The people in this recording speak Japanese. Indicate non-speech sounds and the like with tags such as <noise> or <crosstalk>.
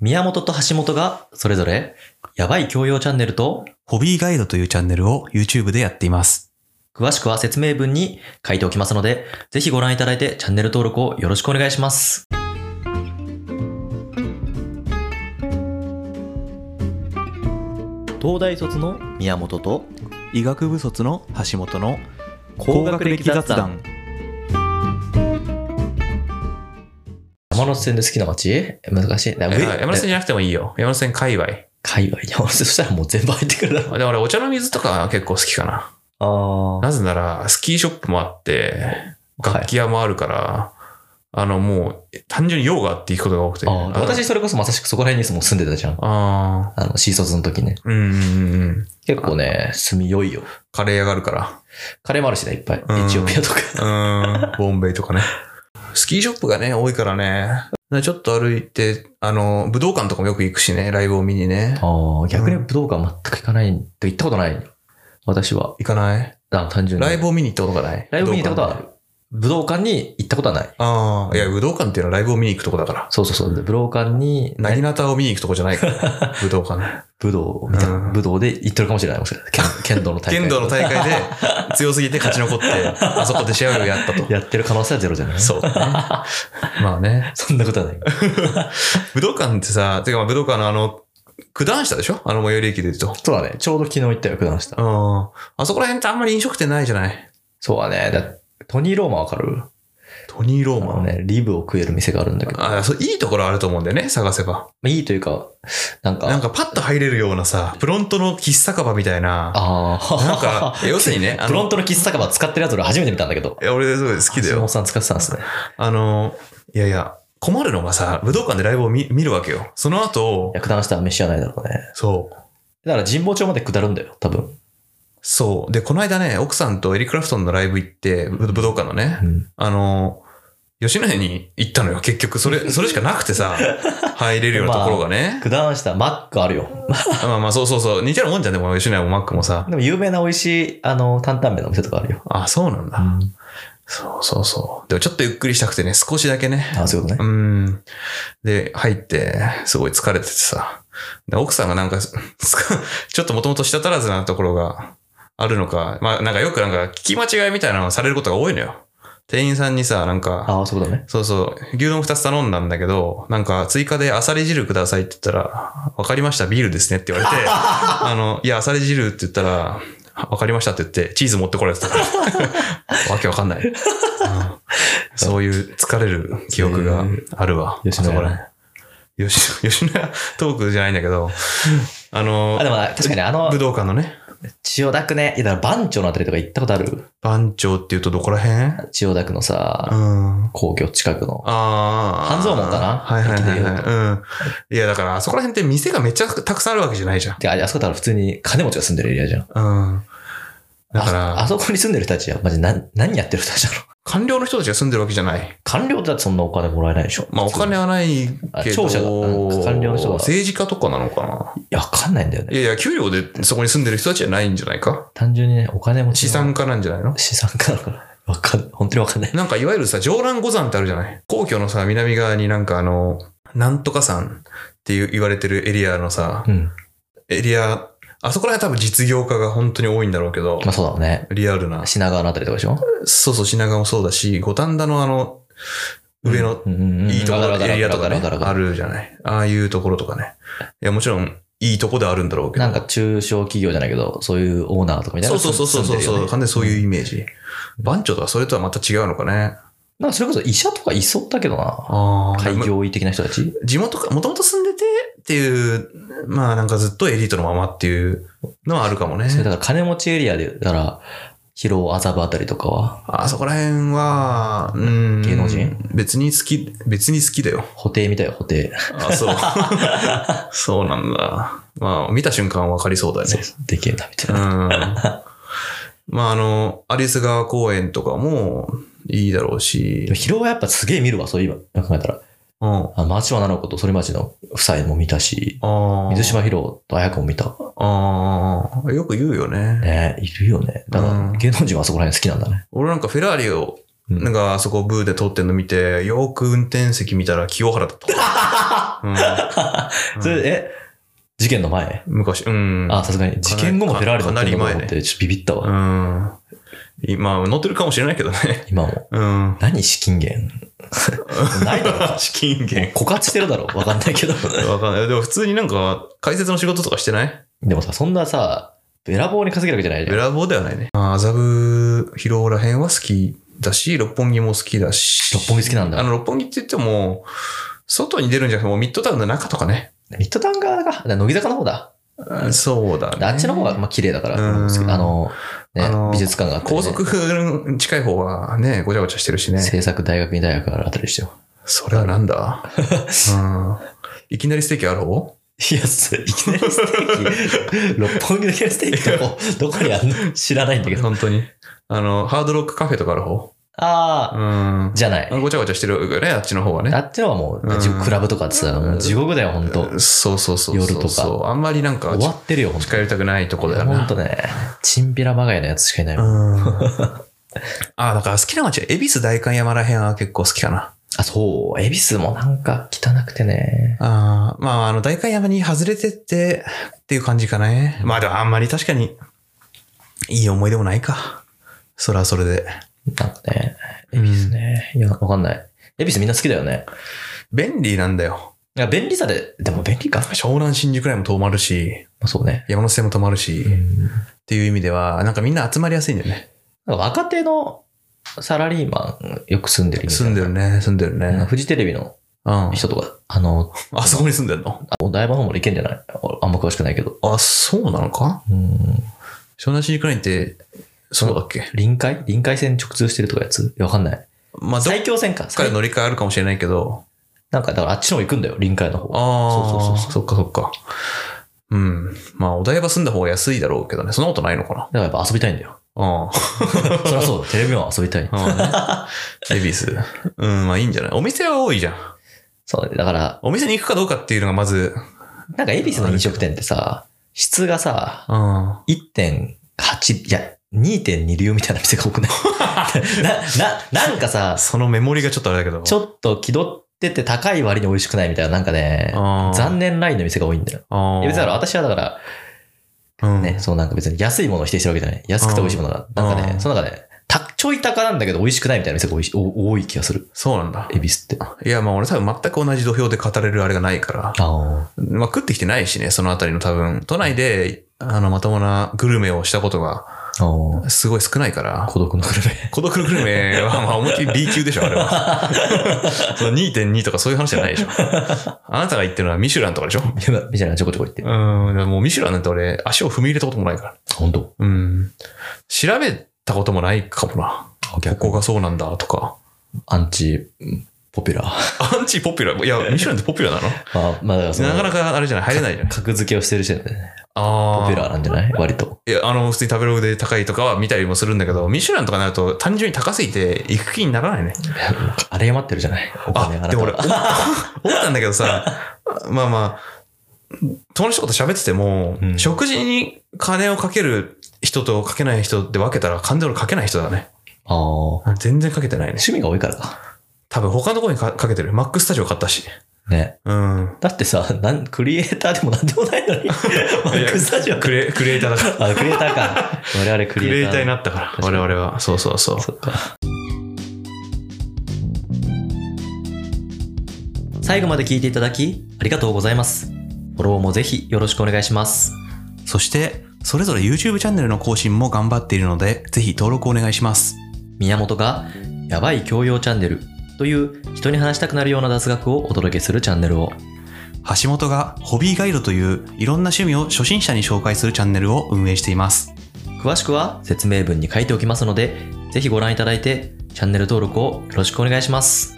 宮本と橋本がそれぞれ、やばい教養チャンネルと、ホビーガイドというチャンネルを YouTube でやっています。詳しくは説明文に書いておきますので、ぜひご覧いただいてチャンネル登録をよろしくお願いします。東大卒の宮本と、医学部卒の橋本の高学歴雑談。山手線で好きな街難しい。なえ上山手線じゃなくてもいいよ。山手線界隈。界隈。 <laughs> 山手線そしたらもう全部入ってくるな。あでも俺、お茶の水とか結構好きかな。あなぜなら、スキーショップもあって、楽器屋もあるから、あの、もう、単純に用があって行くことが多くて。ああの私、それこそまさしくそこら辺にもう住んでたじゃん。ああの、新卒の時ね。ーうんうんうん。結構ね、住みよいよ。カレー屋があるから。カレーもあるしね、いっぱい。うんエチオピアとか。 <laughs> うん、ボンベイとかね。スキーショップがね、多いからね。ちょっと歩いて、あの、武道館とかもよく行くしね、ライブを見にね。ああ、逆に武道館全く行かないと行ったことない。私は。行かないあ単純に。ライブを見に行ったことがない。ライブ見に行ったことはあ武道館る。武道館に行ったことはない。ああ、いや、武道館っていうのはライブを見に行くとこだから。そうそうそう。で武道館に、なぎなたを見に行くとこじゃないから、 <laughs> ね、武道館ね。武道みたいなうん武道で行ってるかもしれない。もし <laughs> かしたら剣剣道の大会。剣道の大会で強すぎて勝ち残って、 <laughs> あそこで試合をやったと。やってる可能性はゼロじゃない。そう、ね。 <laughs> まあね。そんなことはない。武道館ってさ、てかまあ武道館のあの、九段下でしょあの最寄り駅で言うと。そうだね。ちょうど昨日行ったよ、九段下う。ん。あそこら辺ってあんまり飲食店ないじゃないそうだね。だトニーローマわかるトニーローあマのね、リブを食える店があるんだけど。まあそういいところあると思うんだよね、探せば。あいいというか、なんか、なんかパッと入れるようなさ、プロントの喫茶カバみたいな。ああ、な <laughs> ん <laughs> か、要するにね、あフロンの、トの喫茶ば使ってるやつ俺初めて見たんだけど。いや俺すごい好きだ橋よ本。さん使ってたんですね。あの、いやいや、困るのがさ、武道館でライブを見見るわけよ。その後、いや、九段下は飯じゃないだろうね。そう。だから神保町まで下るんだよ、多分。そう。で、この間ね、奥さんとエリック・クラフトンのライブ行って、ぶ武道館のね、うん。あの、吉野家に行ったのよ。結局、そ <laughs> れ、それしかなくてさ、入れるようなところがね。九段下、マックあるよ。まあまあ、そうそうそう。似てるもんじゃん、でも吉野家もマックもさ。でも有名な美味しい、あの、担々麺のお店とかあるよ。あ、そうなんだ。そうそうそう。でもちょっとゆっくりしたくてね、少しだけね。あ、そういうことうね。ん。で、入って、すごい疲れててさ。で奥さんがなんか、 <laughs> すちょっともともと舌足らずなところがあるのか、まあなんかよくなんか聞き間違いみたいなのをされることが多いのよ。店員さんにさ、なんか、ああ、そういうことね。そうそう、牛丼2つ頼んだんだけど、なんか追加でアサリ汁くださいって言ったら、わかりました、ビールですねって言 <laughs> われて、あの、いや、アサリ汁って言ったら、わかりましたって言って、チーズ持ってこられ <laughs> てたから。わけわかんない。うんそういう疲れる記憶があるわ。えー吉野家あそこら辺吉吉野家 <laughs> トークじゃないんだ <laughs> けど、あのあ、、でも確かにあの武、道館のね、千代田区ね、いや、だから番町のあたりとか行ったことある番長っていうとどこら辺うん。千代田区のさ、あ皇居近くの。あー。半蔵門かなはいはいはい、駅ではい。うん。いや、だから、あそこら辺って店がめっちゃたくさんあるわけじゃないじゃん。で、ああそこだから普通に金持ちが住んでるエリアじゃん。うん。だかああら、そこに住んでる人たちは、マジ何、何やってる人たちなの官僚の人たちが住んでるわけじゃない。官僚だってそんなお金もらえないでしょ。まあ、お金いはないけど、あ庁舎がうん官僚の人が政治家とかなのかな。や、わかんないんだよねい。やいや、給料でそこに住んでる人たちじゃないんじゃないか単純にね、お金持ち資の。産家なんじゃないの資産家だから。わかん、本当にわかんない。なんかいわゆるさ、上蘭五山ってあるじゃない皇居のさ、南側になんかあの、なんとか山っていう言われてるエリアのさう、ん。エリア、あそこら辺は多分実業家が本当に多いんだろうけどま、あそうだろうね。リアルな。品川のあたりとかでしょそうそう、品川もそうだし、五反田のあの、上のうんうんうん。いいとこわろ、かるわかるエリアとかね、わるわあるるじゃない。ああいうところとかね。いや、もちろん、いいとこではあるんだろうけど。なんか中小企業じゃないけど、そういうオーナーとかみたいそなうのがそう住ん。そうそ住んうそう、でるよね完全にそういうイメージ。番長とかそれとはまた違うのかね。なんかそれこそ医者とかいそうだけどな。あ開業医的な人たち地元か、もともと住んでてっていう、まあなんかずっとエリートのままっていうのはあるかもねそ。れだから金持ちエリアで言ったら、広尾麻布あたりとかは、あそこら辺は、うん。芸能人別に好き、別に好きだよ。補定みたいよ、補定。あ、そう。 <laughs> そうなんだ。まあ見た瞬間わかりそうだよそねう。そうできるな、みたういな。ん。まああの、アリス川公園とかもいいだろうしでも、広尾はやっぱすげえ見るわ、そういえば。今考えたら。うん。あの、町は七子と反町の夫妻も見たし、ああ。水島広と綾子も見た。ああ。よく言うよね。ねいるよね。だかうらん芸能人はあそこら辺好きなんだね。俺なんかフェラーリを、うん <laughs> なんかあそこブーで通ってんの見て、よーく運転席見たら清原だった。うんそれ、え、事件の前昔、うん。あ、さすがに。事件後もフェラーリ乗ってんのかと思っかなりて、ちょっとビビったうわ。ん。今、乗ってるかもしれないけどね。今も。うん。何資金 <laughs> 源ないだろ。資金源。枯渇してるだろ。わかんないけ <laughs> ど。わかんない。でも普通になんか、解説の仕事とかしてないでもさ、そんなさ、べらぼうに稼げるわけじゃないじべゃん。らぼうではないね。まあ麻布広尾ら辺は好きだし、六本木も好きだし。六本木好きなんあだ。の、六本木って言っても、外に出るんじゃなくて、もうミッドタウンの中とかね。ミッドタウン側が、乃木坂の方だ。そうだね。あっちの方が、まあ、綺麗だから。うんあの、ねあの美術館があって、ね。高速に近い方はね、ごちゃごちゃしてるしね。制作大学に大学があるあたりでしたよ。それはなんだ <laughs> うん。いきなりステーキあろういや、それいきなりステーキ、六本木のいきなりステーキどこ、どこにあるの知らないんだけど。 <laughs> 本当に。あの、ハードロックカフェとかある方うああ、ん。じゃない。ごちゃごちゃしてるよね、あっちの方はあね。っちのはもう、うん地獄クラブとかってさ、もう地獄だよ、ほんと。そうそうそうそう。夜とかあんまりなんか終、わってるよ、ほんと。近寄りたくないとこだよほんなと。ね、チンピラまがいのやつしかいないもん。 <laughs> うん。あ、だから好きな街は、恵比寿代官山ら辺は結構好きかな。あ、そう、恵比寿もなんか汚くてね。あーまあ、あの、代官山に外れてって、っていう感じかね。まあ、でもあんまり確かに、いい思い出もないか。それはそれで。なんかね、恵比寿ね。いや、わかんない。恵比寿みんな好きだよね。便利なんだよ。いや、便利さで、でも便利か。ま湘南新宿ラインも止まるし、あそうね。山手線も止まるし、っていう意味では、なんかみんな集まりやすいんだよね。なんか若手のサラリーマン、よく住んでるイメージ住んでるね、住んでるね。フジテレビのうん。あ人とか、あの、そこに住んでんのお台場の方まで行けんじゃないおあんま詳しくないけど。あ、そうなのかうん。湘南新宿ラインって、そうだっけ臨海臨海線直通してるとかやついやわかんない。まあ、どっ埼京線か。かで乗り換えあるかもしれないけど、なんか、だからあっちの方行くんだよ、臨海の方。あそあ、うそうそうそうそっかそっか。うん。まあ、お台場住んだ方が安いだろうけどね。そんなことないのかなだからやっぱ遊びたいんだ <laughs> よ。あそりゃそうだ、テレビマンは遊びたい。あ。 <laughs> エビス。うん、まあいいんじゃないお店は多いじゃん。そうだね。だから、お店に行くかどうかっていうのがまず、なんか恵比寿の飲食店ってさ、質がさ、うん。 1.8、いや、2.2流みたいな店が多く <laughs> ないな、な、なんかさ、そのメモリがちょっとあれだけど。ちょっと気取ってて高い割に美味しくないみたいな、なんかね、残念。念ラインの店が多いんだよ。あいあ。や別にだから私はだから、うんね、そうなんか別に安いものを否定してるわけじゃない。安くて美味しいものが。なんかうね、んその中で、たちょい高なんだけど美味しくないみたいな店が多いお多い気がする。そうなんだ。恵比寿って。あいや、まあ俺多分全く同じ土俵で語れるあれがないから。あ。まあ食ってきてないしね、そのあたりの多分。都内で、あの、まともなグルメをしたことがああ。すごい少ないから。孤独のグルメ。 <laughs> 孤独のグルメは、まあ、思いっきり B 級でしょ、あれは。 <laughs> その2.2とかそういう話じゃないでしょ。あなたが言ってるのはミシュランとかでしょ。みたいなちょこちょこ言ってう。ん、でももうミシュランなんて俺、足を踏み入れたこともないから。本当うん。調べたこともないかもな。ここがそうなんだとか。アンチポピュラ <laughs> ー。アンチポピュラー。いや、ミシュランってポピュラーなまあ、のまあだからその、なかなかあれじゃない、入れないじゃん。格付けをしてる時点でね、あポあ。ピュラーなんじゃない割と。いや、あの、普通に食べログで高いとかは見たりもするんだけど、ミシュランとかになると単純に高すぎて行く気にならないね。あれ余ってるじゃないお金あ、でも俺、払っ思った <laughs> 思ったんだけどさ、まあまあ、友達とかと喋ってても、うん食事に金をかける人とかけない人で分けたら完全に俺かけない人だね。ああ。趣全然かけてないね。味が多いからか。多分他のところにかかけてる。マックスタジオ買ったし。ね。うん。だってさ、なんクリエイターでもなんでもない <laughs> のに、マックスタジオクレクリエイタ <laughs> ーだから。あ、クリエイター <laughs> か。我々ククリリエエイイター。ターになったから確、か我に々は。そうそうそう。そっか。最後まで聞いていただき、ありがとうございます。フォローもぜひよろしくお願いします。そして、それぞれ YouTube チャンネルの更新も頑張っているので、ぜひ登録お願いします。宮本が、やばい教養チャンネルという人に話したくなるような雑学をお届けするチャンネルを、橋本がホビーガイドといういろんな趣味を初心者に紹介するチャンネルを運営しています。詳しくは説明文に書いておきますので、ぜひご覧いただいて、チャンネル登録をよろしくお願いします。